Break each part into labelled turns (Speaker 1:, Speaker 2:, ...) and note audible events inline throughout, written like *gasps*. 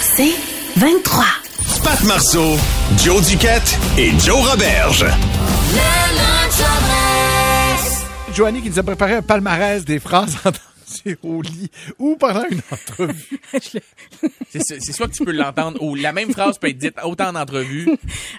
Speaker 1: C'est 23.
Speaker 2: Pat Marceau, Joe Duquette et Joe Roberge.
Speaker 3: Joanie qui nous a préparé un palmarès des phrases *laughs* entendues au lit ou pendant une entrevue.
Speaker 4: C'est so- c'est soit que tu peux l'entendre ou la même phrase peut être dite autant en entrevue.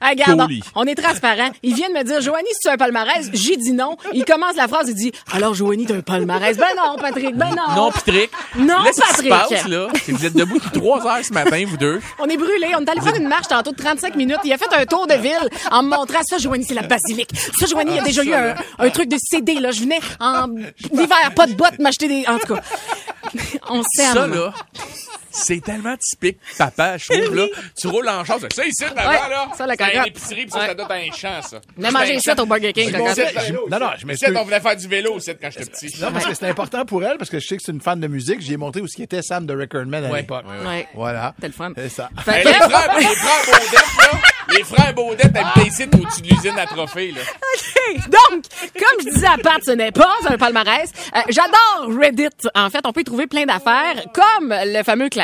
Speaker 5: Ah, Regarde,
Speaker 4: Cool.
Speaker 5: on, on est transparent. Il vient de me dire, Joanie, si tu as un palmarès, j'ai dit non. Il commence la phrase, il dit, alors Joanie, t'as un palmarès. Ben non, Patrick, ben non.
Speaker 4: Non, Patrick.
Speaker 5: Non,
Speaker 4: là, ce qui se
Speaker 5: Patrick.
Speaker 4: passe, là, c'est que vous êtes debout depuis trois heures ce matin, vous deux.
Speaker 5: On est brûlés. On est allé prendre une marche tantôt de 35 minutes. Il a fait un tour de ville en me montrant ça, Joanie, c'est la basilique. Ça, Joanie, il y a déjà eu un, un truc de CD. Là. Je venais en hiver, pas de bottes, m'acheter des. En tout cas, on s'aime.
Speaker 4: Ça, là, c'est tellement typique, papa, je trouve, là. Tu roules en chasse. Ça, ici, là-bas,
Speaker 5: Ouais,
Speaker 4: là.
Speaker 5: ça, la
Speaker 4: C'est une
Speaker 5: carotte.
Speaker 4: épicerie, puis ça,
Speaker 5: Ouais.
Speaker 4: ça donne un champ, ça.
Speaker 5: On a mangé ça au Burger King.
Speaker 4: Bon,
Speaker 5: quand
Speaker 4: c'est-
Speaker 5: même.
Speaker 3: Je- non, non, je
Speaker 4: Ici,
Speaker 3: m'excuse.
Speaker 4: on venait faire du vélo, c'est quand j'étais petit.
Speaker 3: Non, parce que c'est important pour elle, parce que je sais que c'est une fan de musique. J'y ai montré où ce qui était Sam de Record Man à
Speaker 4: Ouais,
Speaker 3: l'époque.
Speaker 4: ouais,
Speaker 5: Ouais.
Speaker 3: Voilà.
Speaker 5: C'était le fun.
Speaker 3: C'est ça.
Speaker 5: Fait
Speaker 4: Hey,
Speaker 5: que- *laughs*
Speaker 4: les, frères, les frères Baudette, là, les frères Baudette habitaient ici au-dessus de l'usine à trophée, là.
Speaker 5: OK. Donc, comme je disais à Pat, ce n'est pas un palmarès. Euh, J'adore Reddit. En fait, on peut y trouver plein d'affaires, comme le fameux classique.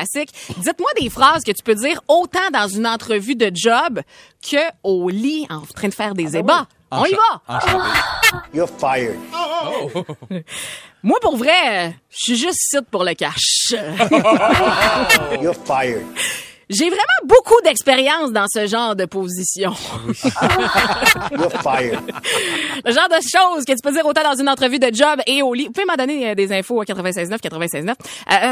Speaker 5: Dites-moi des phrases que tu peux dire autant dans une entrevue de job que au lit en train de faire des ébats. On
Speaker 6: Ah,
Speaker 5: y va.
Speaker 6: *gasps* You're fired.
Speaker 5: Moi, pour vrai, euh, je suis juste site pour le cash. *laughs*
Speaker 6: You're fired.
Speaker 5: J'ai vraiment beaucoup d'expérience dans ce genre de position.
Speaker 6: You're fired.
Speaker 5: Le genre de choses que tu peux dire autant dans une entrevue de job et au lit. Vous pouvez m'en donner euh, des infos à 96.9, 96.9. Euh, euh,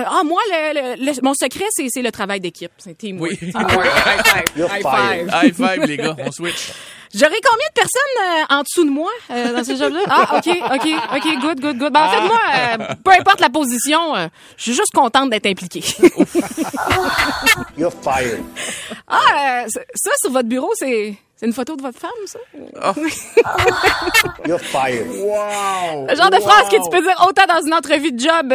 Speaker 5: Ah, moi, le, le- le- mon secret, c'est c'est le travail d'équipe. C'est teamwork.
Speaker 4: Oui.
Speaker 5: Teamwork. Ah High five.
Speaker 6: You're
Speaker 5: High
Speaker 6: fired.
Speaker 5: five.
Speaker 4: High five, les gars, on switch.
Speaker 5: J'aurais combien de personnes euh, en dessous de moi euh, dans ce job-là? Ah, OK, OK, OK, good, good, good. Ben, en fait, moi, euh, peu importe la position, euh, je suis juste contente d'être impliquée.
Speaker 6: You're fired.
Speaker 5: *laughs* ah, euh, ça, sur votre bureau, c'est... C'est une photo de votre femme, ça?
Speaker 6: You're fired.
Speaker 5: Le genre de phrase que tu peux dire autant dans une entrevue de job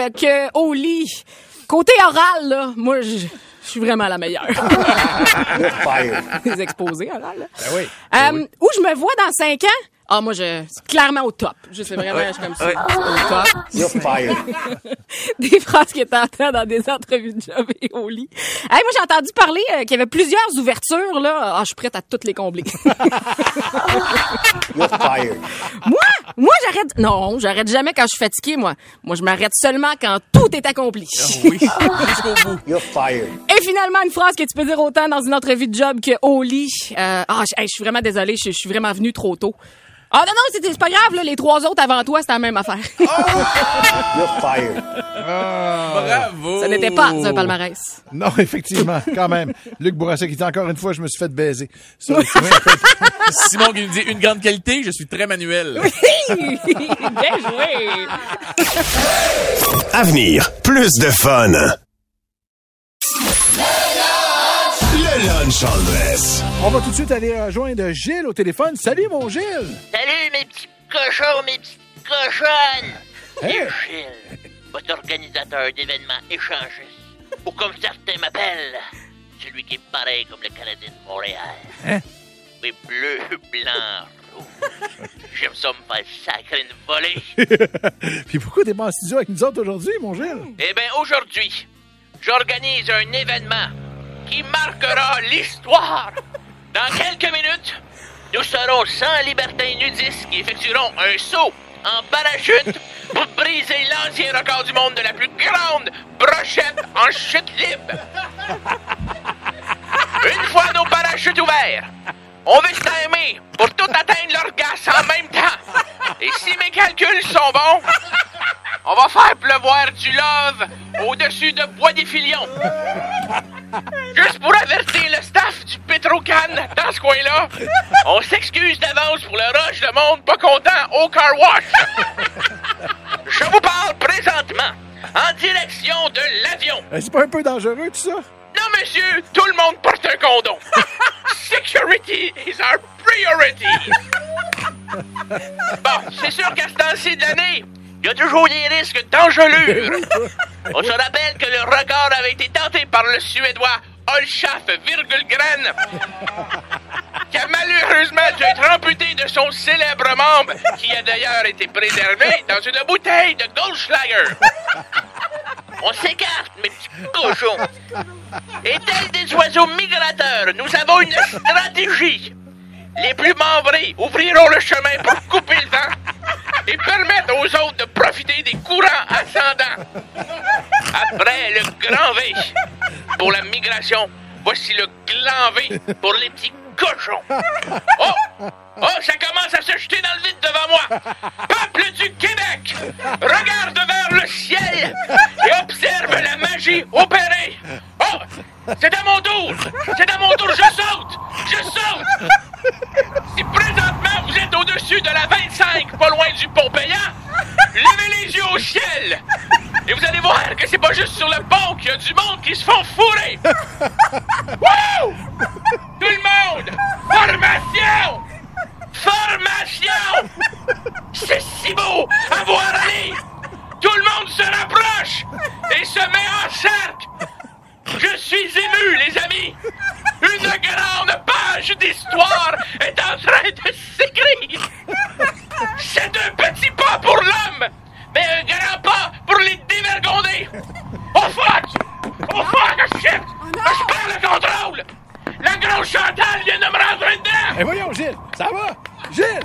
Speaker 5: qu'au lit. Côté oral, là, moi, je je suis vraiment la
Speaker 3: *laughs*
Speaker 5: meilleure.
Speaker 6: You're fired.
Speaker 5: Les exposés orales. là.
Speaker 3: Ben oui.
Speaker 5: Euh, Où je me vois dans cinq ans? Ah, moi, je c'est clairement au top. Je sais vraiment, je suis comme ça.
Speaker 3: *laughs*
Speaker 5: Au top.
Speaker 6: You're fired.
Speaker 5: Des phrases que t'entends dans des entrevues de job et au lit. Hey, moi, j'ai entendu parler euh, qu'il y avait plusieurs ouvertures, là. Ah, je suis prête à toutes les
Speaker 3: *laughs*
Speaker 5: combler.
Speaker 6: You're fired.
Speaker 5: Moi, moi, j'arrête. Non, j'arrête jamais quand je suis fatiguée, moi. Moi, je m'arrête seulement quand tout est accompli.
Speaker 3: Ah
Speaker 4: Oui, jusqu'au bout.
Speaker 6: You're fired.
Speaker 5: Et finalement, une phrase que tu peux dire autant dans une entrevue de job qu'au lit. Euh, ah, je hey, je suis vraiment désolée, je je suis vraiment venue trop tôt. Ah non, non, c'est c'est pas grave, là, les trois autres avant toi, c'était la même
Speaker 3: *laughs*
Speaker 5: affaire.
Speaker 6: You're fired.
Speaker 4: Bravo!
Speaker 5: Ce n'était pas un palmarès.
Speaker 3: Oh. Non, effectivement, quand même. Luc Bourassa qui dit encore une fois, je me suis fait baiser. Ça, *laughs* c'est vrai.
Speaker 4: *laughs* Simon qui nous dit une grande qualité, je suis très manuel.
Speaker 5: *laughs* Bien joué!
Speaker 2: Avenir, plus de fun. Le lunch Andress.
Speaker 3: On va tout de suite aller rejoindre Gilles au téléphone. Salut, mon *laughs* Gilles!
Speaker 7: Salut mes petits cochons, mes petites cochonnes!
Speaker 3: Hey.
Speaker 7: Gilles, votre organisateur d'événements échangistes, ou comme certains m'appellent, celui qui est pareil comme le Canadien de Montréal.
Speaker 3: Hein?
Speaker 7: Oui, bleu, blanc, rouge. J'aime ça me faire sacrer une volée.
Speaker 3: Puis pourquoi t'es pas en studio avec nous autres aujourd'hui, mon Gilles?
Speaker 7: Eh bien, aujourd'hui, j'organise un événement qui marquera l'histoire. Dans quelques minutes, nous serons 100 libertins nudistes qui effectueront un saut en parachute pour briser l'ancien record du monde de la plus grande brochette en chute libre. Une fois nos parachutes ouverts, on veut se timer pour tout atteindre l'orgasme en même temps. Et si mes calculs sont bons, on va faire pleuvoir du love au-dessus de Bois des Filions. Juste pour avertir le staff du Petrocan dans ce coin-là, on s'excuse d'avance pour le rush de monde pas content au car wash. Je vous parle présentement en direction de l'avion.
Speaker 3: Euh, C'est pas un peu dangereux, tout ça?
Speaker 7: Non, monsieur, tout le monde porte un condom. Security is our priority. bon, c'est sûr qu'à ce temps-ci de l'année, il y a toujours des risques d'engelure. On se rappelle que le record avait été tenté par le Suédois Olschaff Virgulgren, qui a malheureusement dû être amputé de son célèbre membre, qui a d'ailleurs été préservé dans une bouteille de Goldschlager. On s'écarte, mes petits cochons. Et tels des oiseaux migrateurs, nous avons une stratégie. Les plus membrés ouvriront le chemin pour couper le vent et permettre aux autres de profiter des courants ascendants. Après le grand V pour la migration, voici le grand V pour les petits cochons. Oh! Oh, ça commence à se jeter dans le vide devant moi! Peuple du Québec! Regarde vers le ciel et observe la magie opérée! Oh! C'est à mon tour! C'est à mon tour! Je saute! Je saute! Si présentement vous êtes au-dessus de la 25, pas loin du pont payant, levez les yeux au ciel! Et vous allez voir que c'est pas juste sur le pont qu'il y a du monde qui se font fourrer! Wouh! Tout le monde! Formation! Formation! C'est si beau à voir aller! Tout le monde se rapproche et se met en cercle! Je suis ému, les amis! Une grande page d'histoire est en train de s'écrire! C'est un petit pas pour l'homme, mais un grand pas pour les dévergondés! Oh fuck! Oh fuck, shit! Je perds le contrôle! La grosse Chantal vient de me rentrer dedans!
Speaker 3: Eh, voyons, Gilles, ça va? Gilles!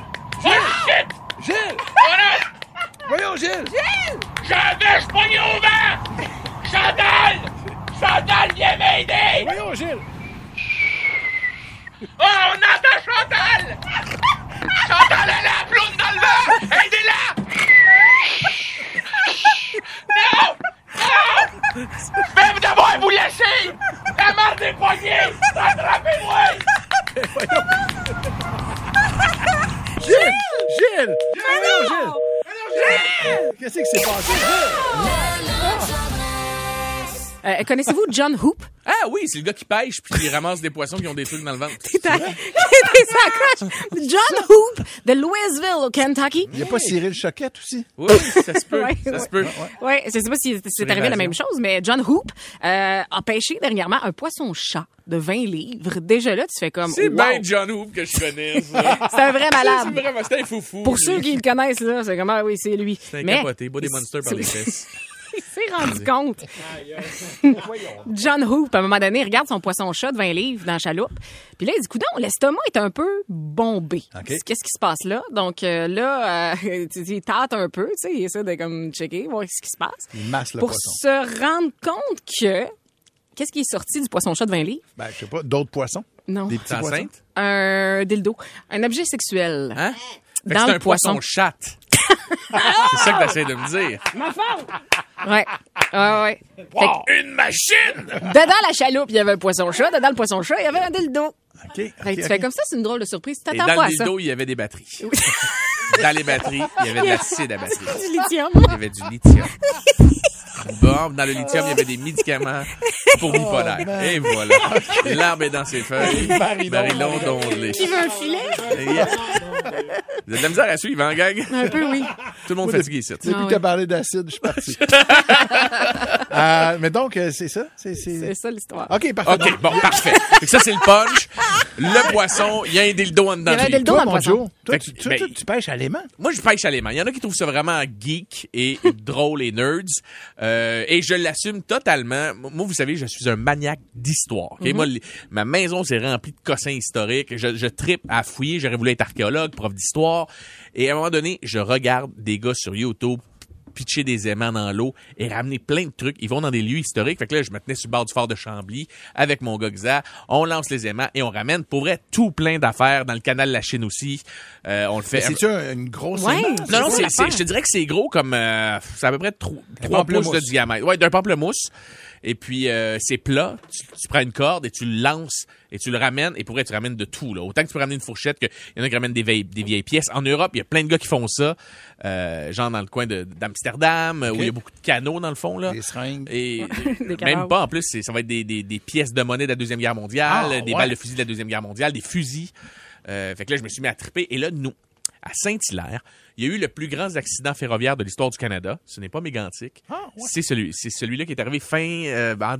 Speaker 7: Oh shit!
Speaker 3: Gilles!
Speaker 7: Voilà!
Speaker 3: Voyons, Gilles!
Speaker 7: J'avais ce poignet au vent! Chantal! Chantal, viens m'aider!
Speaker 3: Voyons, Gilles!
Speaker 7: Oh, on entend Chantal! Chantal, elle est ploune dans le vent! Aidez-la! Non! Non! Je vais devoir vous laisser! La mort des poignets! Attrapez-moi!
Speaker 3: Gilles! Gilles!
Speaker 5: Ah,
Speaker 3: Voyons, Gilles! Qu'est-ce qui s'est passé?
Speaker 5: Euh, Connaissez-vous John
Speaker 3: *laughs*
Speaker 5: Hoop?
Speaker 4: Ah oui, c'est le gars qui pêche puis qui ramasse des poissons qui ont des trucs dans le ventre.
Speaker 5: Qui était sa crush. John Hoop de Louisville, au Kentucky.
Speaker 3: Il n'y a pas Cyril Choquette aussi?
Speaker 4: Oui, oui, ça se peut,
Speaker 5: *laughs* Ouais,
Speaker 4: ça
Speaker 5: ouais.
Speaker 4: se peut.
Speaker 5: Oui, je sais pas si c'est arrivé la
Speaker 4: l'évasion.
Speaker 5: même chose, mais John Hoop euh, a pêché dernièrement un poisson-chat de 20 livres. Déjà là, tu fais comme.
Speaker 4: C'est
Speaker 5: wow.
Speaker 4: bien John Hoop que je connais.
Speaker 5: *laughs*
Speaker 4: ça.
Speaker 5: C'est un vrai
Speaker 4: c'est
Speaker 5: malade.
Speaker 4: vraiment, c'est un foufou.
Speaker 5: Pour
Speaker 4: lui.
Speaker 5: ceux qui le connaissent, là, c'est comme, ah oui, c'est lui.
Speaker 4: C'est un
Speaker 5: Mais-
Speaker 4: capoté, boit des monsters par les
Speaker 5: *laughs* c'est-
Speaker 4: fesses.
Speaker 5: Il s'est rendu compte. *laughs* John Hoop, à un moment donné, il regarde son poisson-chat de 20 livres dans la chaloupe. Puis là, il dit, coudon, l'estomac est un peu bombé.
Speaker 3: OK.
Speaker 5: Qu'est-ce qui se passe là? Donc euh, là, euh, *laughs* tu dis, il tâte un peu, tu sais, il essaie de comme checker, voir ce qui se passe.
Speaker 3: Il masse le
Speaker 5: pour
Speaker 3: poisson.
Speaker 5: se rendre compte que... Qu'est-ce qui est sorti du poisson-chat de 20 livres?
Speaker 3: Ben, je sais pas, d'autres poissons?
Speaker 5: Non.
Speaker 3: Des petits
Speaker 4: T'es
Speaker 3: poissons?
Speaker 4: enceinte?
Speaker 5: Un dildo. Un objet sexuel.
Speaker 4: Hein? Fait que
Speaker 5: Dans
Speaker 4: c'est
Speaker 5: le
Speaker 4: un poisson
Speaker 5: poisson.
Speaker 4: chat.
Speaker 5: Ah!
Speaker 4: c'est ça que t'essayes de me dire.
Speaker 5: Ouais. Ah ouais. Fait que
Speaker 4: Une machine!
Speaker 5: dedans la chaloupe, il y avait un poisson-chat. Dedans le poisson-chat, il y avait un dildo.
Speaker 3: OK. ok,
Speaker 5: Fait que tu
Speaker 3: ok.
Speaker 5: fais comme ça, c'est une drôle de surprise. Tu
Speaker 4: Et
Speaker 5: t'attends
Speaker 4: dans
Speaker 5: pas à
Speaker 4: le
Speaker 5: ça.
Speaker 4: dildo, il y avait des batteries. *laughs* Dans les batteries, il y avait de l'acide à batterie.
Speaker 5: *laughs* Du lithium.
Speaker 4: Il y avait du lithium. Bon, dans le lithium, il y avait des médicaments
Speaker 5: Oh,
Speaker 4: pour bipolaire. Et
Speaker 5: *laughs*
Speaker 4: voilà. L'arbre est dans ses feuilles. Marilon d'ondelé.
Speaker 5: Qui veut un filet?
Speaker 4: Vous avez de la misère à suivre, hein, gang?
Speaker 5: Un peu, oui.
Speaker 4: Tout le monde fatigué ici.
Speaker 3: Ah. Depuis
Speaker 5: Ah
Speaker 3: que tu as
Speaker 5: ouais.
Speaker 3: parlé d'acide, je suis parti. Euh, mais donc, euh, c'est ça? C'est, c'est-
Speaker 5: C'est ça l'histoire.
Speaker 3: OK, parfait.
Speaker 4: *laughs* OK, bon, parfait. Fait que ça, c'est le punch. Le poisson, il y a un dildo en dedans.
Speaker 5: Il y a un
Speaker 4: du lit.
Speaker 5: dildo.
Speaker 3: Toi,
Speaker 5: Dans le
Speaker 3: mon
Speaker 5: poisson.
Speaker 3: Joe, toi,
Speaker 4: Fait
Speaker 3: tu,
Speaker 4: que-
Speaker 3: tu-
Speaker 4: ben-
Speaker 3: tu- tu pêches à l'aimant.
Speaker 4: Moi, je pêche à l'aimant. Il y en a qui trouvent ça vraiment geek et drôle et nerds. Euh, et je l'assume totalement. Moi, vous savez, je suis un maniaque d'histoire. ok?
Speaker 5: Mm-hmm.
Speaker 4: Moi, les- ma maison s'est remplie de cossins historiques. Je, je tripe à fouiller. J'aurais voulu être archéologue, prof d'histoire. Et à un moment donné, je regarde des gars sur YouTube pitcher des aimants dans l'eau et ramener plein de trucs. Ils vont dans des lieux historiques. Fait que là, je me tenais sur le bord du fort de Chambly avec mon gars Xa. On lance les aimants et on ramène pour vrai tout plein d'affaires dans le canal de la Chine aussi. Euh, on le fait.
Speaker 3: C'est-tu un- une grosse
Speaker 5: Ouais.
Speaker 3: aimant?
Speaker 4: Non, non,
Speaker 5: gros,
Speaker 4: c'est,
Speaker 5: l'affaire.
Speaker 4: c'est- je te dirais que c'est gros comme... euh, c'est à peu près 3, pouces de
Speaker 3: pamplemousse.
Speaker 4: diamètre. Ouais, d'un pamplemousse. Et puis, euh, c'est plat. Tu, tu prends une corde et tu le lances et tu le ramènes. Et pour vrai, tu ramènes de tout. Là. Autant que tu peux ramener une fourchette que il y en a qui ramènent des vieilles, des vieilles pièces. En Europe, il y a plein de gars qui font ça. Euh, genre dans le coin de, d'Amsterdam, euh, où il y a beaucoup de canaux dans le fond. Là.
Speaker 3: Des seringues. *laughs*
Speaker 4: Et même
Speaker 5: cadavres.
Speaker 4: pas en plus, c'est- ça va être des, des, des pièces de monnaie de la Deuxième Guerre mondiale,
Speaker 3: Ah,
Speaker 4: des
Speaker 3: ouais.
Speaker 4: balles de fusil de la Deuxième Guerre mondiale, des fusils. Euh, fait que là, je me suis mis à triper. Et là, nous, à Saint-Hilaire, il y a eu le plus grand accident ferroviaire de l'histoire du Canada. Ce n'est pas mégantique.
Speaker 3: Ah, ouais.
Speaker 4: C'est celui, c'est celui-là qui est arrivé fin euh, en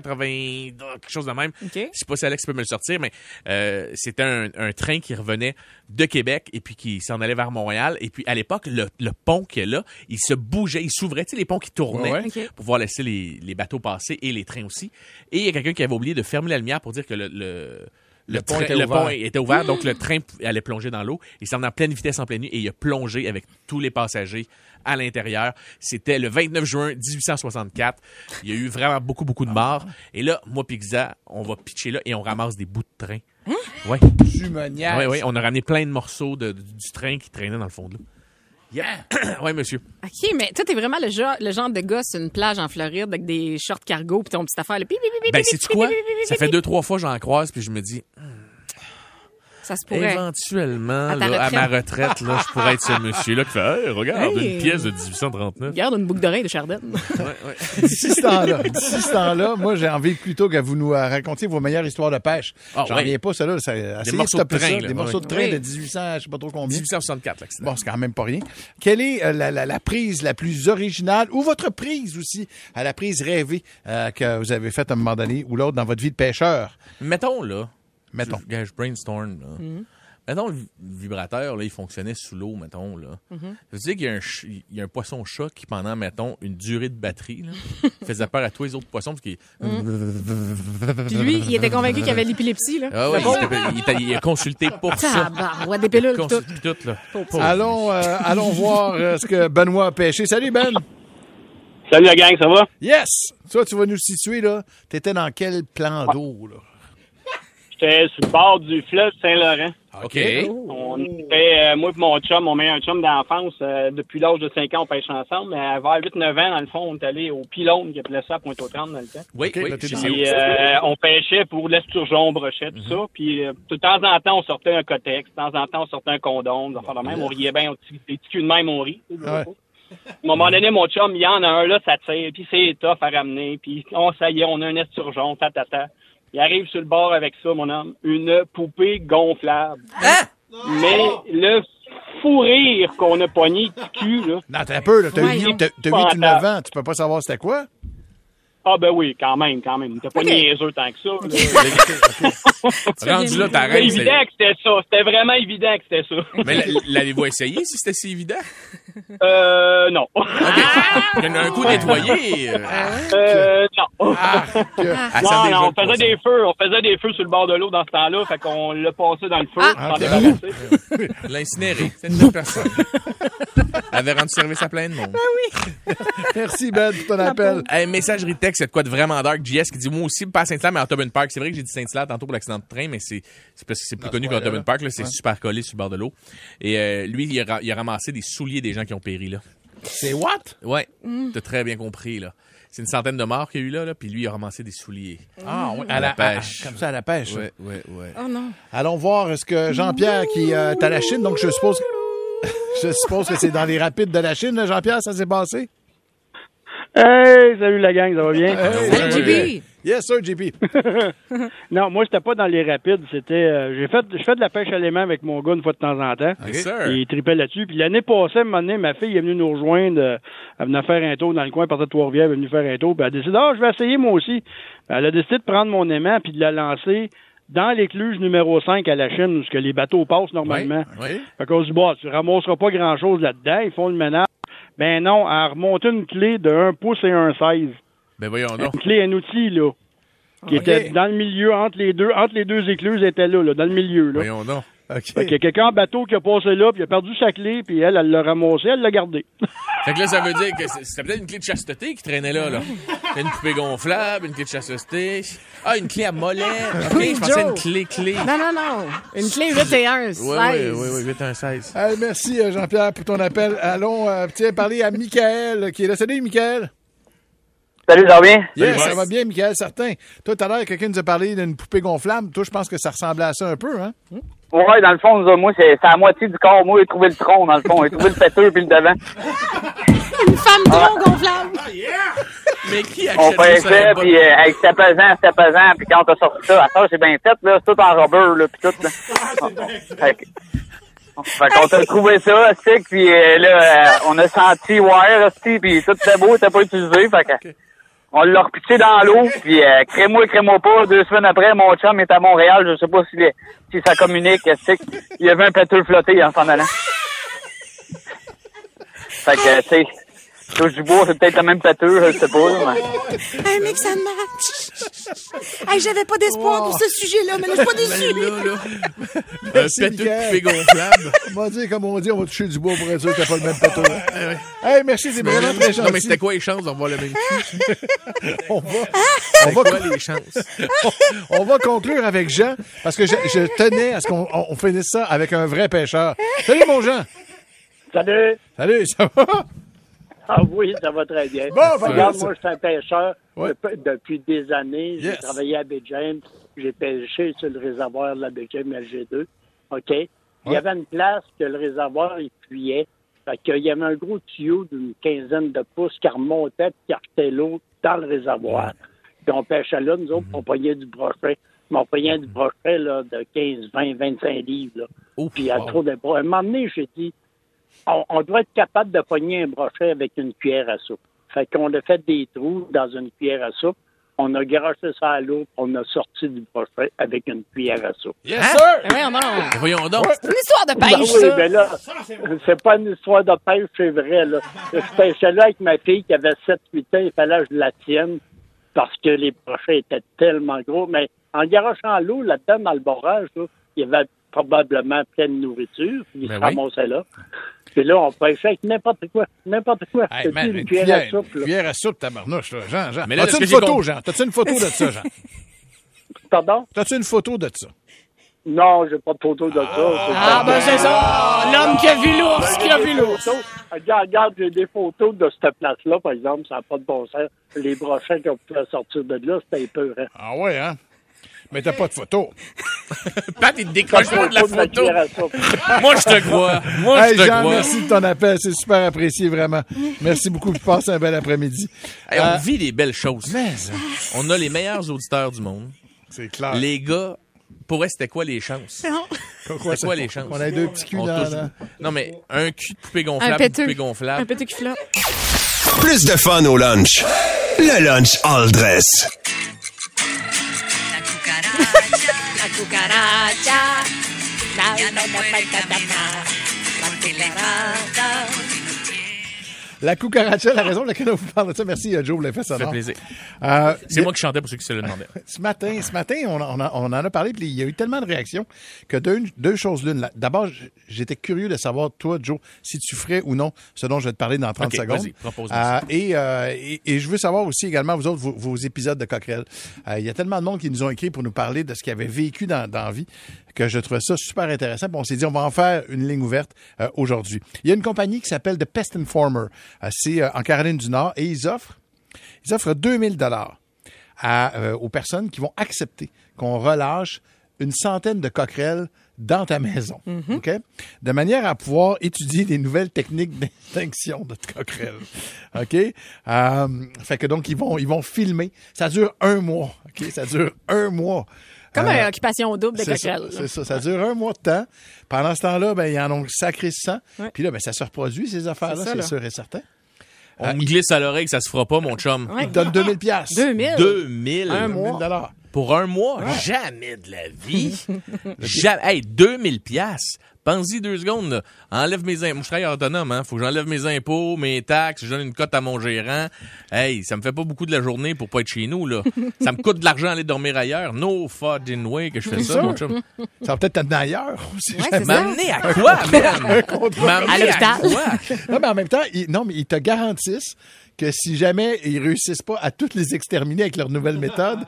Speaker 4: 1880, oh, quelque chose de même.
Speaker 5: OK.
Speaker 4: Je sais pas si Alex peut me le sortir, mais euh, c'était un, un train qui revenait de Québec et puis qui s'en allait vers Montréal. Et puis à l'époque, le, le pont qui est là, il se bougeait, il s'ouvrait, tu sais, les ponts qui tournaient
Speaker 3: Ouais, ouais.
Speaker 5: OK.
Speaker 4: pour pouvoir laisser les, les bateaux passer et les trains aussi. Et il y a quelqu'un qui avait oublié de fermer la lumière pour dire que le, le, le
Speaker 3: pont
Speaker 4: train-
Speaker 3: était
Speaker 4: le
Speaker 3: ouvert.
Speaker 4: pont était ouvert, donc
Speaker 3: *gasps*
Speaker 4: le train pou- allait plonger dans l'eau. Il s'en venait en pleine vitesse en pleine nuit et il a plongé avec tous les passagers à l'intérieur. C'était le 29 juin 1864. Il y a eu vraiment beaucoup, beaucoup de morts. Et là, moi, Pizza, on va pitcher là et on ramasse des bouts de train.
Speaker 3: Hein?
Speaker 4: Ouais.
Speaker 3: Tu me niaises.
Speaker 4: Ouais, ouais, on a ramené plein de morceaux de- du train qui traînait dans le fond de l'eau. Yeah. *clears throat* ouais, monsieur.
Speaker 5: OK, mais toi, t'es vraiment le genre, le genre de gars sur une plage en Floride avec des shorts cargo puis ton petit affaire. Là,
Speaker 4: Ben, sais-tu quoi? Ça fait
Speaker 5: deux.
Speaker 4: deux, trois fois que j'en croise, puis je me dis,
Speaker 5: Ça se pourrait.
Speaker 4: éventuellement,
Speaker 5: À ta
Speaker 4: là, à ma
Speaker 5: retraite.
Speaker 4: retraite, là, je pourrais être ce monsieur-là qui fait, Hey, regarde,
Speaker 5: Hey.
Speaker 4: une pièce de 1839.
Speaker 5: Regarde une boucle d'oreille de Chardenne.
Speaker 3: *laughs* D'ici ce temps-là, *laughs* d'ici ce temps-là, moi, j'ai envie plutôt que vous nous euh, racontiez vos meilleures histoires de pêche.
Speaker 4: Ah,
Speaker 3: J'en
Speaker 4: ouais.
Speaker 3: reviens pas, ça, là. ça- essayez
Speaker 4: morceaux de
Speaker 3: stopper
Speaker 4: train,
Speaker 3: ça,
Speaker 4: là,
Speaker 3: Des
Speaker 4: ouais.
Speaker 3: morceaux de train
Speaker 5: Oui.
Speaker 3: de 1800, je sais pas trop combien.
Speaker 4: 1864, l'accident.
Speaker 3: Bon, c'est quand même pas rien. Quelle est euh, la, la- la prise la plus originale ou votre prise aussi à la prise rêvée euh, que vous avez faite à un moment donné ou l'autre dans votre vie de pêcheur?
Speaker 4: Mettons, là.
Speaker 3: Mettons.
Speaker 4: Je, je brainstorm, là.
Speaker 5: Mm-hmm.
Speaker 4: Mettons, le vi- vibrateur, là, il fonctionnait sous l'eau, mettons, là.
Speaker 5: Mm-hmm.
Speaker 4: Ça veut dire qu'il y a un, ch- il y a un poisson-chat qui, pendant, mettons, une durée de batterie,
Speaker 5: *laughs*
Speaker 4: là, faisait peur à tous les autres poissons, parce qu'il
Speaker 5: Mm. Puis lui, il était convaincu qu'il avait l'épilepsie, là.
Speaker 4: ah, ouais, il, s'était- il était- il a consulté pour ça.
Speaker 5: Tabarouette, des pilules, tout.
Speaker 4: Consulté tout, là. *laughs*
Speaker 3: Allons, euh, allons voir euh, ce que Benoît a pêché. Salut, Ben!
Speaker 8: Salut la gang,
Speaker 5: *laughs*
Speaker 8: ça va?
Speaker 3: Yes! Toi, tu vas nous situer, là. T'étais dans quel plan d'eau, là?
Speaker 8: J'étais sur le bord du fleuve Saint-Laurent.
Speaker 4: OK.
Speaker 8: On était, euh, moi et mon chum, mon meilleur chum d'enfance, euh, depuis l'âge de 5 ans, on pêche ensemble. Mais à vers 8-9 ans, dans le fond, on est allé au pylône qui appelait ça à pointe aux trembles dans le temps.
Speaker 4: Oui,
Speaker 3: OK,
Speaker 4: oui,
Speaker 3: là, t'es
Speaker 4: je
Speaker 3: dans
Speaker 4: sais
Speaker 8: Puis
Speaker 4: où.
Speaker 8: euh, on pêchait pour l'esturgeon, brochet, tout ça. Puis euh, de temps en temps, on sortait un cotex. De temps en temps, on sortait un condom. des affaires de même, on riait bien. On t- les petits culs de même, on rit.
Speaker 3: Ouais.
Speaker 8: À un moment donné, mon chum, il y en a un, là, ça tire. Puis c'est tough à ramener. Puis on, ça y est, on a un esturgeon, ta, ta, ta. Il arrive sur le bord avec ça, mon homme. Une poupée gonflable. Mais le fou rire qu'on a pogné du cul, là.
Speaker 3: Non, t'as un peu, là. T'as
Speaker 5: Voyons.
Speaker 3: 8, t'as- t'as huit ou 9 ans. Tu peux pas savoir
Speaker 5: *laughs*
Speaker 3: c'était quoi?
Speaker 8: Ah ben oui, quand même, quand même. T'as pas
Speaker 5: Ok.
Speaker 8: niaiseux tant que ça. là.
Speaker 4: Rendu là,
Speaker 8: C'était
Speaker 4: t'arrêtes.
Speaker 8: évident que c'était ça. C'était vraiment évident que c'était ça.
Speaker 4: Mais la- l'avez-vous essayé si c'était si évident?
Speaker 8: Euh, non.
Speaker 4: Ah! Il y en a un coup nettoyé. Ah, euh,
Speaker 8: Euh, non. *laughs*
Speaker 4: à
Speaker 8: Non,
Speaker 4: San
Speaker 8: non,
Speaker 4: Diego,
Speaker 8: on faisait des feux. On faisait des feux sur le bord de l'eau dans ce temps-là. Fait qu'on l'a passé dans le feu.
Speaker 5: Ah.
Speaker 8: s'en
Speaker 4: ben
Speaker 3: Ok.
Speaker 8: débarrasser.
Speaker 4: poisson. L'incinéré. C'est une bonne personne. Elle avait rendu service à plein de
Speaker 3: Ah
Speaker 4: monde.
Speaker 3: Merci, Ben, pour ton appel.
Speaker 4: Hey, messagerie texte, c'est de quoi de vraiment dark. JS qui dit Moi aussi, pas à Saint-Hilaire, mais en Tobin Park. C'est vrai que j'ai dit Saint-Hilaire tantôt pour l'accident de train, mais c'est c'est parce que c'est plus connu qu'en
Speaker 3: coin-là,
Speaker 4: Tobin
Speaker 3: là.
Speaker 4: Park. là. C'est super collé sur le bord de l'eau. Et euh, lui, il a, ra- il a ramassé des souliers des gens qui ont péri. là.
Speaker 3: C'est what? Mm.
Speaker 4: Ouais, t'as très bien compris. là. C'est une centaine de morts qu'il y a eu là, là, puis lui, il a ramassé des souliers.
Speaker 3: Ah, oui,
Speaker 4: À la pêche.
Speaker 3: Comme ça, à la pêche.
Speaker 4: Ouais, ouais, ouais.
Speaker 5: Oh non.
Speaker 3: Allons voir ce que Jean-Pierre qui euh, est à la Chine, donc je suppose *laughs* je suppose que c'est dans les rapides de la Chine, là, Jean-Pierre, ça s'est passé?
Speaker 9: Hey, salut la gang, ça va
Speaker 4: Ah,
Speaker 9: bien?
Speaker 3: Ah,
Speaker 5: Salut, JB.
Speaker 3: Yes, sir, JP.
Speaker 9: Non, moi, j'étais pas dans les rapides. C'était, euh, j'ai fait, je fais de la pêche à l'aimant avec mon gars une fois de temps en temps.
Speaker 4: Yes, sir.
Speaker 9: Il tripait là-dessus. Puis l'année passée, à un moment donné, ma fille est venue nous rejoindre. euh, elle venait faire un tour dans le coin, elle partait de Trois-Rivières, elle est venue faire un tour. Puis elle décide, ah, je vais essayer moi aussi. Elle a décidé de prendre mon aimant puis de la lancer dans l'écluse numéro 5 à la Chine, où ce que les bateaux passent normalement.
Speaker 4: Ouais.
Speaker 9: Fait qu'on se dit, bah, tu ramasseras pas grand-chose là-dedans. Ils font le ménage. Ben non, elle a remonté une clé de 1 pouce et 1,16.
Speaker 4: Ben voyons donc.
Speaker 9: Une clé, un outil, là. Qui était dans le milieu, entre les deux, entre les deux écluses, elle était là, là, dans le milieu, là.
Speaker 4: Voyons donc.
Speaker 3: OK.
Speaker 9: Fait qu'il y a quelqu'un en bateau qui a passé là, puis il a perdu sa clé, puis elle, elle l'a ramassée, elle l'a gardée.
Speaker 4: Fait que là, ça veut dire que c'est- c'était peut-être une clé de chasteté qui traînait là, là. C'était une poupée gonflable, une clé de chasteté. Ah, une clé à mollet. OK, je pensais à une clé-clé.
Speaker 5: Non, non, non. *laughs* Une clé 8 et 1,
Speaker 4: Oui, oui, oui, oui, 8 1 16.
Speaker 3: Hey, merci, euh, Jean-Pierre, pour ton appel. Allons euh, tiens, parler à Michael euh, qui est là. Salut, Michael.
Speaker 9: Salut, ça va bien?
Speaker 3: Yes, ça va bien, Michael, certain. Toi, tout à l'heure, quelqu'un nous a parlé d'une poupée gonflable. Toi, je pense que ça ressemblait à ça un peu, hein?
Speaker 4: Euh,
Speaker 9: Ouais, dans le fond, moi, c'est à moitié du corps. Moi, j'ai trouvé le tronc, dans le fond. J'ai trouvé le pêteux, puis le devant.
Speaker 5: Une femme trop gonflable.
Speaker 4: Ah, Mais qui achète ça? un bon-
Speaker 10: euh,
Speaker 9: c'était pesant, c'était pesant, puis
Speaker 4: *laughs* Ah,
Speaker 9: quand t'as sorti ça, à ça, c'est bien fait, là, c'est tout en rubber, là, puis tout, là.
Speaker 10: Fait qu'on t'a trouvé ça, stick, puis euh, là, euh, on a senti wire, stick, puis tout était beau, t'as pas utilisé, fait que... On l'a repitché dans l'eau, puis euh, crée-moi, crée-moi pas. Deux semaines après, mon chum est à Montréal, je sais pas si, les- si ça communique, stick. Il y avait un pâteux flotté hein, en s'en allant. Fait que, tu sais, touche du bois, c'est peut-être le même pâteux, je sais pas, là, mais...
Speaker 11: Un mix and match. hey, j'avais pas d'espoir pour ce sujet-là, mais là, je suis
Speaker 4: *laughs*
Speaker 11: pas déçue.
Speaker 4: Ben Là, là, un
Speaker 3: Merci,
Speaker 4: pâteux
Speaker 3: Mickaël.
Speaker 4: coupé gonflable.
Speaker 3: *laughs* On va dire, comme on dit, on va toucher du bois pour être sûr que t'as pas le même poteau. hey, merci, c'est vraiment très gentil.
Speaker 4: non, mais c'était quoi les chances d'avoir le même cul?
Speaker 3: On va,
Speaker 4: C'était
Speaker 3: va-
Speaker 4: quoi les chances?
Speaker 3: *laughs* on va conclure avec Jean, parce que je, je tenais à ce qu'on on- on finisse ça avec un vrai pêcheur. Salut, mon Jean!
Speaker 1: Salut!
Speaker 3: Salut, ça va?
Speaker 1: Ah oui, ça va très bien.
Speaker 3: Bon, ben,
Speaker 1: Regarde,
Speaker 3: ça-
Speaker 1: moi, je suis un pêcheur
Speaker 3: Ouais.
Speaker 1: depuis, depuis des années. J'ai
Speaker 3: Yes.
Speaker 1: travaillé à Baie-James. J'ai pêché sur le réservoir de la Baie-James LG2. OK? Il
Speaker 3: Ouais.
Speaker 1: y avait une place que le réservoir, il fuyait. Fait qu'il y avait un gros tuyau d'une quinzaine de pouces qui remontait et qui rejetait l'eau dans le réservoir. Puis on pêchait là, nous
Speaker 3: Mm-hmm.
Speaker 1: autres, on pognait du brochet. Mais on pognait du brochet là, de 15, 20, 25 livres. Là.
Speaker 4: Ouf,
Speaker 1: Puis à
Speaker 4: Oh, wow.
Speaker 1: trop de bro- À un moment donné, j'ai dit, on, on doit être capable de pogner un brochet avec une cuillère à soupe. Fait qu'on a fait des trous dans une cuillère à soupe. On a garoché ça à l'eau, on a sorti du brochet avec une cuillère à soupe.
Speaker 3: Yes,
Speaker 5: Ben
Speaker 3: sir!
Speaker 5: voyons donc.
Speaker 4: Mais Voyons donc.
Speaker 5: C'est une histoire de
Speaker 1: Ben
Speaker 5: pêche,
Speaker 1: oui,
Speaker 5: ça.
Speaker 1: mais là, c'est pas une histoire de pêche, c'est vrai. Là. Je pêchais là avec ma fille qui avait 7-8 ans, il fallait que je la tienne parce que les brochets étaient tellement gros. Mais en garochant l'eau, là-dedans, dans le barrage, là, il y avait probablement plein de nourriture, puis ils
Speaker 4: Ben
Speaker 1: se
Speaker 4: oui.
Speaker 1: ramassaient là. Puis là, on pêchait avec n'importe quoi, n'importe quoi.
Speaker 3: Hey,
Speaker 1: C'était
Speaker 3: man,
Speaker 1: une cuillère à soupe,
Speaker 3: une
Speaker 1: là.
Speaker 3: cuillère à soupe, tabarnouche, là. Jean, Jean.
Speaker 4: Mais là,
Speaker 3: As-tu
Speaker 4: de
Speaker 3: une
Speaker 4: ce que j'ai
Speaker 3: photo,
Speaker 4: compris-
Speaker 3: Jean? T'as-tu une photo de
Speaker 4: *laughs*
Speaker 3: ça, Jean?
Speaker 1: Pardon?
Speaker 3: T'as-tu une photo de ça?
Speaker 1: Non, j'ai pas de photo de ça.
Speaker 5: Ah, ben c'est ça. L'homme qui a vu l'ours, qui a vu
Speaker 1: Ben, J'ai des
Speaker 5: l'ours.
Speaker 1: photos. Regarde, regarde, j'ai des photos de cette place-là, par exemple, ça n'a pas de bon sens. Les brochets qu'on pouvait sortir de là, c'était épeurant.
Speaker 3: Ah ouais, hein? Mais t'as pas de photo.
Speaker 4: Pat, il te décroche pas de la
Speaker 1: Photo de
Speaker 4: photo.
Speaker 1: cuillère à soupe.
Speaker 4: Moi, je te
Speaker 3: *laughs*
Speaker 4: crois. Moi, je
Speaker 3: Hey,
Speaker 4: te
Speaker 3: Jean,
Speaker 4: crois.
Speaker 3: merci de ton appel. C'est super apprécié, vraiment. Merci beaucoup. Puis passe un bel après-midi.
Speaker 4: Hey,
Speaker 3: Euh,
Speaker 4: on vit des belles choses.
Speaker 3: mais, euh,
Speaker 4: On a les meilleurs auditeurs du monde.
Speaker 3: c'est clair.
Speaker 4: Les gars, pour eux, c'était quoi les chances? C'était quoi les chances?
Speaker 3: On a deux petits culs
Speaker 4: On
Speaker 3: dans,
Speaker 4: touche-
Speaker 3: dans-
Speaker 4: Non, mais un cul de poupée
Speaker 5: Un
Speaker 4: gonflable, une
Speaker 5: péteux.
Speaker 4: poupée gonflable.
Speaker 5: Un péteux qui flotte.
Speaker 3: Euh,
Speaker 2: Plus de fun au lunch. Le lunch all dress.
Speaker 3: La cucaracha, la raison pour laquelle on vous parle de ça. Merci, euh, Joe, pour l'effet
Speaker 4: Ça fait
Speaker 3: sonore.
Speaker 4: plaisir.
Speaker 3: Euh,
Speaker 4: C'est moi qui chantais pour ceux qui se le demandaient.
Speaker 3: Ce matin, ce matin, on, en- on en- on en a parlé, puis il y a eu tellement de réactions que deux, deux choses l'une. La- D'abord, j- j'étais curieux de savoir, toi, Joe, si tu ferais ou non ce dont je vais te parler dans 30
Speaker 4: Ok,
Speaker 3: secondes.
Speaker 4: vas-y, propose-moi
Speaker 3: Euh,
Speaker 4: ça.
Speaker 3: et, euh, et, et je veux savoir aussi également, vous autres, vos, vos épisodes de Coquerel. Euh, il y a tellement de monde qui nous ont écrit pour nous parler de ce qu'ils avaient vécu dans, dans la vie que je trouvais ça super intéressant. Puis on s'est dit, on va en faire une ligne ouverte euh, aujourd'hui. Il y a une compagnie qui s'appelle The Pest Informer. Euh, C'est euh, en Caroline du Nord et ils offrent ils offrent 2000 dollars euh, aux personnes qui vont accepter qu'on relâche une centaine de coquerelles dans ta maison,
Speaker 5: Mhm.
Speaker 3: OK? De manière à pouvoir étudier des nouvelles techniques d'extinction de coquerelles, OK? Euh, fait que donc, ils vont, ils vont filmer. Ça dure un mois, OK? Ça dure un mois.
Speaker 5: Comme
Speaker 3: Euh,
Speaker 5: une occupation double de
Speaker 3: c'est ça,
Speaker 5: coquerelles.
Speaker 3: c'est ça. Ça dure un mois de temps. Pendant ce temps-là, ben, ils en ont sacré 100. Puis là, ben, ça se reproduit, ces affaires-là,
Speaker 5: ça,
Speaker 3: c'est
Speaker 5: là.
Speaker 3: sûr et certain.
Speaker 4: On me glisse à l'oreille que ça se fera pas, mon chum.
Speaker 5: Ouais.
Speaker 3: Ils Ah. te donnent 2000 piastres.
Speaker 5: 2000.
Speaker 4: 2000.
Speaker 5: Un mois.
Speaker 3: 2000 dollars.
Speaker 4: Pour un mois? Jamais de la vie. Jamais. Hey, 2000 piastres. Pense-y deux secondes. là. Enlève mes impôts. Moi, je travaille autonome. Hein. Faut que j'enlève mes impôts, mes taxes. Je donne une cote à mon gérant. Hey, ça me fait pas beaucoup de la journée pour pas être chez nous.
Speaker 5: *laughs*
Speaker 4: là. ça me coûte de l'argent aller dormir ailleurs. No fucking way que je fais ça, mon chum.
Speaker 3: Ça va peut-être t'amener ailleurs. on sait
Speaker 5: Ouais,
Speaker 3: jamais.
Speaker 5: c'est ça.
Speaker 4: M'amener à quoi, man? M'amener
Speaker 5: À l'hôpital.
Speaker 4: quoi?
Speaker 3: Non, mais en même temps, ils, non, mais ils te garantissent que si jamais ils réussissent pas à toutes les exterminer avec leur nouvelle méthode,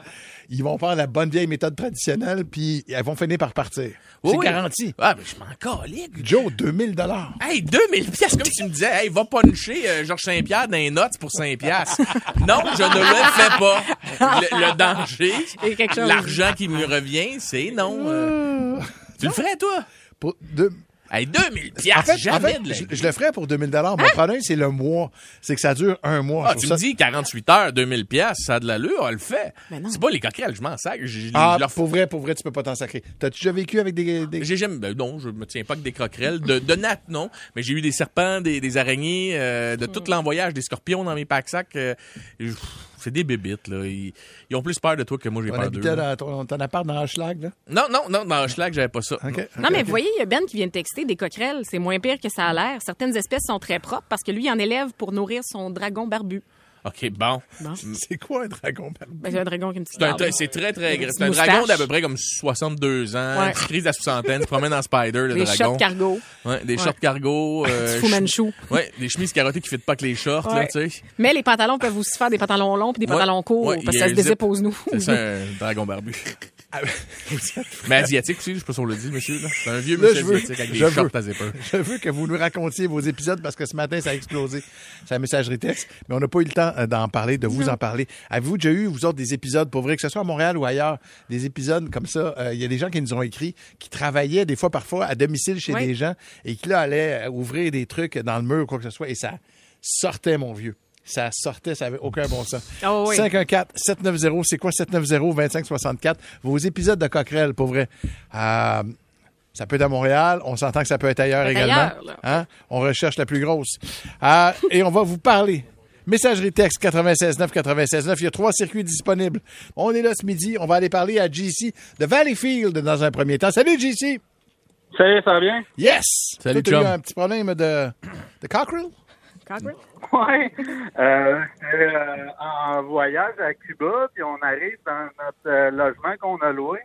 Speaker 3: ils vont faire la bonne vieille méthode traditionnelle, puis elles vont finir par partir.
Speaker 4: Oui,
Speaker 3: C'est
Speaker 4: oui.
Speaker 3: garanti.
Speaker 4: Ah, mais je m'en caligue.
Speaker 3: Joe, 2000 dollars.
Speaker 4: Hey, 2000 pièces comme tu me disais, hey, va puncher euh, Georges Saint-Pierre dans les notes pour 5
Speaker 5: *laughs*
Speaker 4: piastres. Non, je ne le fais pas. Le, le danger,
Speaker 5: Et quelque chose.
Speaker 4: l'argent qui me revient, c'est non. euh. tu le ferais, toi?
Speaker 3: Pour deux-
Speaker 4: Hey, 2000 piastres,
Speaker 3: En fait, en
Speaker 4: jamais
Speaker 3: fait,
Speaker 4: de la
Speaker 3: je,
Speaker 4: vie.
Speaker 3: je le ferais pour 2000 dollars.
Speaker 5: Hein?
Speaker 3: Mon problème, c'est le mois. C'est que ça dure un mois.
Speaker 4: Ah,
Speaker 3: Je
Speaker 4: tu
Speaker 3: trouve
Speaker 4: me
Speaker 3: ça-
Speaker 4: dis 48 heures, 2000 piastres, ça a de l'allure, on le fait.
Speaker 5: Mais non.
Speaker 4: C'est pas les coquerelles, je m'en sacre. Je, je-
Speaker 3: Ah,
Speaker 4: je leur fous-
Speaker 3: pour vrai, pour vrai, tu peux pas t'en sacrer. T'as-tu déjà vécu avec des... des-
Speaker 4: J'ai jamais, ben non, je me tiens pas que des croquerelles. De, de nattes, non. Mais j'ai eu des serpents, des, des araignées, euh, de
Speaker 5: Hmm.
Speaker 4: tout l'envoyage, des scorpions dans mes packs sacs. euh, je- c'est des bébites, là. Ils, ils ont plus peur de toi que moi, j'ai
Speaker 3: On
Speaker 4: peur d'eux.
Speaker 3: habitait dans ton, ton appart dans Hochelag, là?
Speaker 4: Non, non, non, dans Hochelag, j'avais pas ça.
Speaker 3: OK.
Speaker 5: Non, mais vous voyez, il y a Ben qui vient de texter des coquerelles. C'est moins pire que ça a l'air. Certaines espèces sont très propres parce que lui, il en élève pour nourrir son dragon barbu.
Speaker 4: OK, bon. *laughs*
Speaker 5: Bon.
Speaker 3: C'est quoi un dragon barbu?
Speaker 5: Ben, c'est un dragon qui me
Speaker 4: C'est un, tra- c'est très, très
Speaker 5: Des
Speaker 4: gras. C'est un
Speaker 5: moustaches.
Speaker 4: dragon d'à peu près comme 62 ans,
Speaker 5: Ouais.
Speaker 4: une petite crise à soixantaine, se promène en spider, le
Speaker 5: Les
Speaker 4: dragon.
Speaker 5: shots cargo.
Speaker 4: Ouais, des
Speaker 5: Ouais.
Speaker 4: shorts
Speaker 5: *laughs*
Speaker 4: cargo.
Speaker 5: Petit Fu
Speaker 4: ch-
Speaker 5: Manchu.
Speaker 4: Ouais, des chemises carottées qui ne pas que les shorts, là,
Speaker 5: Ouais.
Speaker 4: tu sais.
Speaker 5: Mais les pantalons peuvent aussi faire des pantalons longs puis des
Speaker 4: Ouais,
Speaker 5: pantalons courts
Speaker 4: ouais,
Speaker 5: parce
Speaker 4: il y
Speaker 5: que
Speaker 4: a
Speaker 5: ça se
Speaker 4: un zip.
Speaker 5: dépose nous.
Speaker 4: C'est ça, un dragon barbu.
Speaker 3: Ah, ben, *laughs*
Speaker 4: Mais asiatique aussi, je sais pas si on le dit, monsieur. là. C'est un vieux
Speaker 3: Là,
Speaker 4: monsieur
Speaker 3: je veux-
Speaker 4: asiatique avec des
Speaker 3: je veux.
Speaker 4: shorts à
Speaker 3: *laughs*
Speaker 4: zipper.
Speaker 3: Je veux que vous nous racontiez vos épisodes parce que ce matin, ça a explosé. C'est la messagerie texte, mais on n'a pas eu le temps euh, d'en parler, de vous en parler. Avez-vous déjà eu, vous autres, des épisodes, pour vrai, que ce soit à Montréal ou ailleurs, des épisodes comme ça? Euh, Il y a des gens qui nous ont écrit, qui travaillaient des fois, parfois, à domicile chez
Speaker 5: Oui.
Speaker 3: des gens et qui, là, allaient euh, ouvrir des trucs dans le mur ou quoi que ce soit et ça sortait, mon vieux. Ça sortait, ça avait aucun bon sens.
Speaker 5: Ah oui.
Speaker 3: 514-790, c'est quoi 790-2564? Vos épisodes de Coquerel, pour vrai. Euh, ça peut être à Montréal, on s'entend que ça peut être ailleurs
Speaker 5: peut être
Speaker 3: également.
Speaker 5: ailleurs, là.
Speaker 3: Hein? On recherche la plus grosse. Ah, et on va vous parler. Messagerie texte 96.9, 96.9. Il y a trois circuits disponibles. On est là ce midi. On va aller parler à JC de Valleyfield dans un premier temps. Salut, JC!
Speaker 10: Salut, ça va bien?
Speaker 3: Yes!
Speaker 4: Salut,
Speaker 3: Toi, t'as eu
Speaker 4: chum.
Speaker 3: un petit problème de, de cockerel?
Speaker 10: Ouais. Euh, j'étais, euh, en voyage à Cuba, puis on arrive dans notre euh, logement qu'on a loué.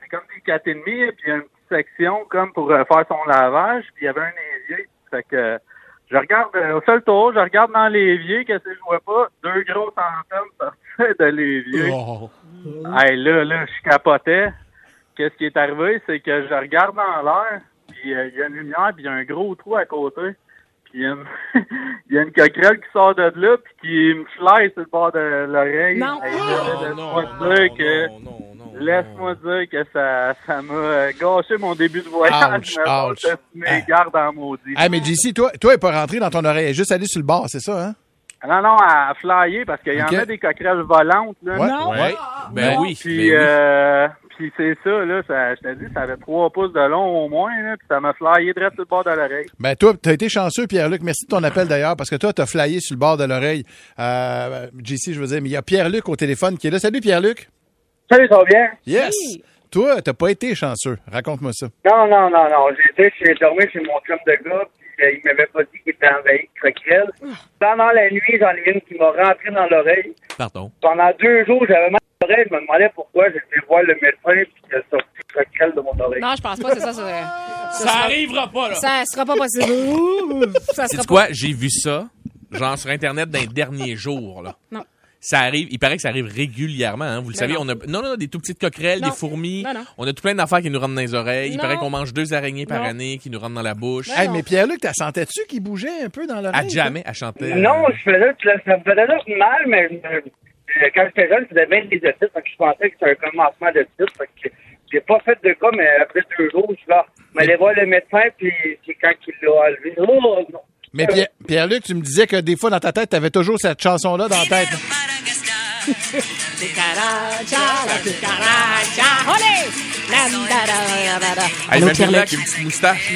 Speaker 10: C'est comme des quatre et demi, et puis il y a une petite section comme pour euh, faire son lavage, puis il y avait un évier. Fait que euh, je regarde euh, au seul tour, je regarde dans l'évier, qu'est-ce que je vois pas? Deux grosses antennes *laughs* sortaient de l'évier.
Speaker 3: Oh.
Speaker 10: Hey, là, là, je capotais. Qu'est-ce qui est arrivé, c'est que je regarde dans l'air, puis euh, il y a une lumière, puis il y a un gros trou à côté. Puis il y a une- *laughs* il y, a une coquerelle qui sort de là, puis qui me fly sur le bord de l'oreille.
Speaker 5: Non.
Speaker 10: Hey,
Speaker 4: Oh,
Speaker 10: là, là, laisse-moi
Speaker 4: non,
Speaker 10: dire que...
Speaker 4: non, Oh, non, non, non.
Speaker 10: Laisse-moi dire que ça, ça m'a euh, gâché mon début de voyage.
Speaker 3: Ouch,
Speaker 10: *laughs* mais bon,
Speaker 3: ouch.
Speaker 10: je mes gardes en maudit.
Speaker 3: Ah, mais JC, toi, toi, elle est pas rentrée dans ton oreille. Elle est juste allée sur le bord, c'est ça, hein?
Speaker 10: Non, non, à flyer, parce qu'il
Speaker 3: Ok.
Speaker 10: y en a des coquerelles volantes. Là.
Speaker 3: Non.
Speaker 4: Ouais. Ben oui. ben
Speaker 10: Puis,
Speaker 4: oui.
Speaker 10: euh, puis c'est ça, là, ça, je te dis, ça avait trois pouces de long au moins, là, puis ça m'a flyé direct sur le bord de l'oreille.
Speaker 3: Ben toi, t'as été chanceux, Pierre-Luc. Merci de ton appel d'ailleurs, parce que toi, t'as flyé sur le bord de l'oreille. Euh, JC, je veux dire, mais il y a Pierre-Luc au téléphone qui est là. Salut Pierre-Luc.
Speaker 10: Salut, ça va bien?
Speaker 3: Yes. Toi, t'as pas été chanceux. Raconte-moi ça.
Speaker 10: Non, non, non, non, j'étais chez, dormi chez mon chum de gars, puis euh, il m'avait pas dit qu'il était envahi de coquerelles. Pendant la nuit, j'en ai une qui m'a rentré dans l'oreille.
Speaker 4: Pardon.
Speaker 10: Pendant deux jours, j'avais mal à l'oreille, je me demandais pourquoi, j'ai été voir le médecin, puis il a sorti une coquerelle de mon oreille.
Speaker 5: *laughs* Non, je pense pas, c'est ça. Ça,
Speaker 4: Ça arrivera pas, là.
Speaker 5: ça sera pas possible. ça sera
Speaker 4: C'est
Speaker 5: pas.
Speaker 4: quoi? J'ai vu ça, genre sur Internet, dans les derniers jours, là.
Speaker 5: Non.
Speaker 4: Ça arrive, il paraît que ça arrive régulièrement, hein, vous le
Speaker 5: Mais
Speaker 4: savez.
Speaker 5: non.
Speaker 4: On a, non, non, non, des tout petites coquerelles,
Speaker 5: Non.
Speaker 4: des fourmis.
Speaker 5: Non, non.
Speaker 4: On a tout plein d'affaires qui nous rentrent dans les oreilles. Il
Speaker 5: Non.
Speaker 4: paraît qu'on mange deux araignées par
Speaker 5: Non.
Speaker 4: année qui nous rentrent dans la bouche.
Speaker 5: Ouais.
Speaker 3: Hey,
Speaker 5: non.
Speaker 3: mais Pierre-Luc, t'as sentais-tu qu'il bougeait un peu dans l'oreille?
Speaker 4: Ben À jamais, à chanter.
Speaker 10: Non, je faisais, ça me faisait juste mal, mais je- je- quand je faisais, je faisais bien des otites, donc je pensais que c'était un commencement de titre. Fait que j'ai pas fait de cas, mais après deux jours, je suis là. Je m'allais voir le médecin, puis c'est quand il l'a enlevé. Oh, non.
Speaker 3: Mais Pierre- Pierre-Luc, tu me disais que des fois, dans ta tête, t'avais toujours cette chanson-là dans la tête.
Speaker 5: Olé! Nandararara.
Speaker 4: Hey,
Speaker 5: Allô,
Speaker 4: imagine-la avec
Speaker 5: Pierre-Luc.
Speaker 4: une petite moustache,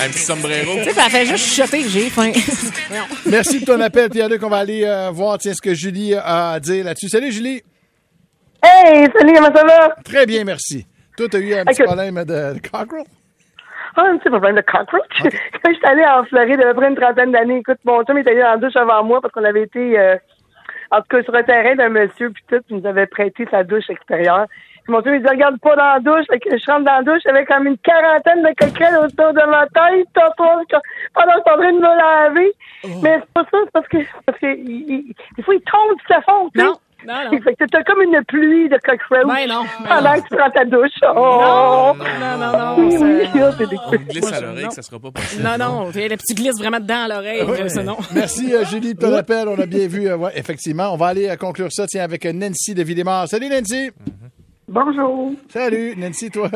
Speaker 4: un petit sombrero.
Speaker 5: Tu sais, ça fait juste chuter, j'ai faim. Voyons.
Speaker 3: *laughs* Merci de ton appel, Pierre-Luc. On va aller euh, voir tiens, ce que Julie a à dire là-dessus. Salut, Julie.
Speaker 10: Hey, salut, comment ça va?
Speaker 3: Très bien, merci. Toi, t'as eu un petit
Speaker 10: Ok.
Speaker 3: problème de, de cockerel?
Speaker 10: Ah, un petit problème de cockroach. *laughs* Quand je suis allée en Floride, il y a à peu près une trentaine d'années, écoute, mon chum était allé dans la douche avant moi parce qu'on avait été, euh, en tout cas, sur le terrain d'un monsieur, puis tout, puis il nous avait prêté sa douche extérieure. Puis mon chum, il dit, regarde pas dans la douche. Fait que je rentre dans la douche, j'avais comme une quarantaine de coquerelles autour de ma tête, t'as pas- t'as- pendant que je suis en train de me laver.
Speaker 4: Oh.
Speaker 10: Mais c'est pas ça, c'est parce que, parce que, il, il- des fois, il tombe sur sa fonte, tu sais.
Speaker 5: Non, non, non.
Speaker 10: *laughs* Fait que t'as comme une pluie de cockroach
Speaker 5: Ben non.
Speaker 10: pendant que tu prends ta douche. Oh!
Speaker 5: Non, non, non, non.
Speaker 10: Oui, oui,
Speaker 5: ça-
Speaker 10: ça, c'est des
Speaker 4: On glisse à l'oreille que ça sera pas possible.
Speaker 5: Non, non, il y a des petits glisses vraiment dedans à l'oreille. euh, ça, non.
Speaker 3: Merci euh, Julie de ton appel. On a bien vu, euh, ouais, effectivement. On va aller euh, conclure ça tiens, avec euh, Nancy de Villemar. Salut Nancy!
Speaker 10: Bonjour.
Speaker 3: *laughs* Salut Nancy, toi.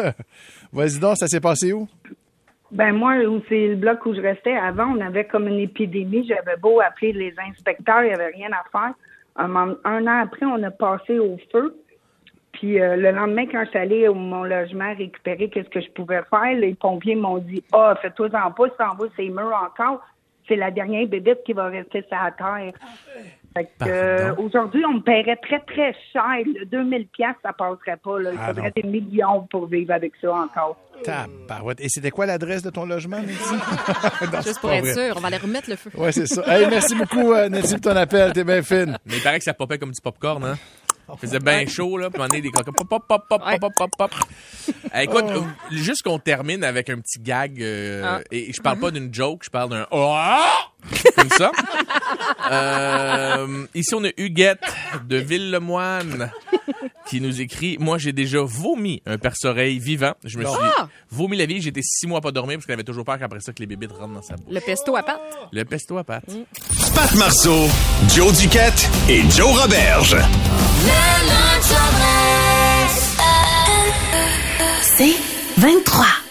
Speaker 3: Vas-y donc, ça s'est passé où?
Speaker 12: Ben moi, où c'est le bloc où je restais avant, on avait comme une épidémie. J'avais beau appeler les inspecteurs, il n'y avait rien à faire. Un, moment- un an après, on a passé au feu. Puis euh, le lendemain, quand je suis allée au mon logement récupérer qu'est-ce que je pouvais faire, les pompiers m'ont dit Ah, fais-toi en pas, si t'en vas, c'est murs encore. C'est la dernière bébête qui va rester sur la terre. Fait que, euh, aujourd'hui, on me paierait très, très cher. Le 2000 piastres, ça passerait pas. Là. Il
Speaker 3: Ah,
Speaker 12: faudrait des
Speaker 3: non.
Speaker 12: millions pour vivre avec ça encore.
Speaker 3: Tabarouette. Et c'était quoi l'adresse de ton logement, Nancy? *laughs* Non, c'est
Speaker 5: Juste pour
Speaker 3: pas
Speaker 5: être
Speaker 3: vrai.
Speaker 5: sûr, on va aller remettre le feu.
Speaker 3: Ouais, c'est ça. Hey, merci beaucoup, euh, Nancy, pour ton appel. T'es bien fine.
Speaker 4: Mais il paraît que ça popait comme du popcorn, hein? Il faisait bien chaud, là, puis on est des coquins. Pop, pop, pop, pop, pop, pop, pop. Eh, écoute, euh, juste qu'on termine avec un petit gag, euh,
Speaker 5: Ah.
Speaker 4: et je parle pas d'une joke, je parle d'un Ah! comme ça. Euh, ici, on a Huguette de Ville-Lemoine qui nous écrit « Moi, j'ai déjà vomi un perce-oreille vivant. Je me suis
Speaker 5: Ah!
Speaker 4: vomi la vie, j'étais six mois pas dormi parce qu'elle avait toujours peur qu'après ça, que les bébés te rentrent dans sa bouche.
Speaker 5: Le pesto à pâte.
Speaker 4: Le pesto à pâte.
Speaker 2: Pat Marceau, Joe Duquette et Joe Roberge.
Speaker 13: C'est 23.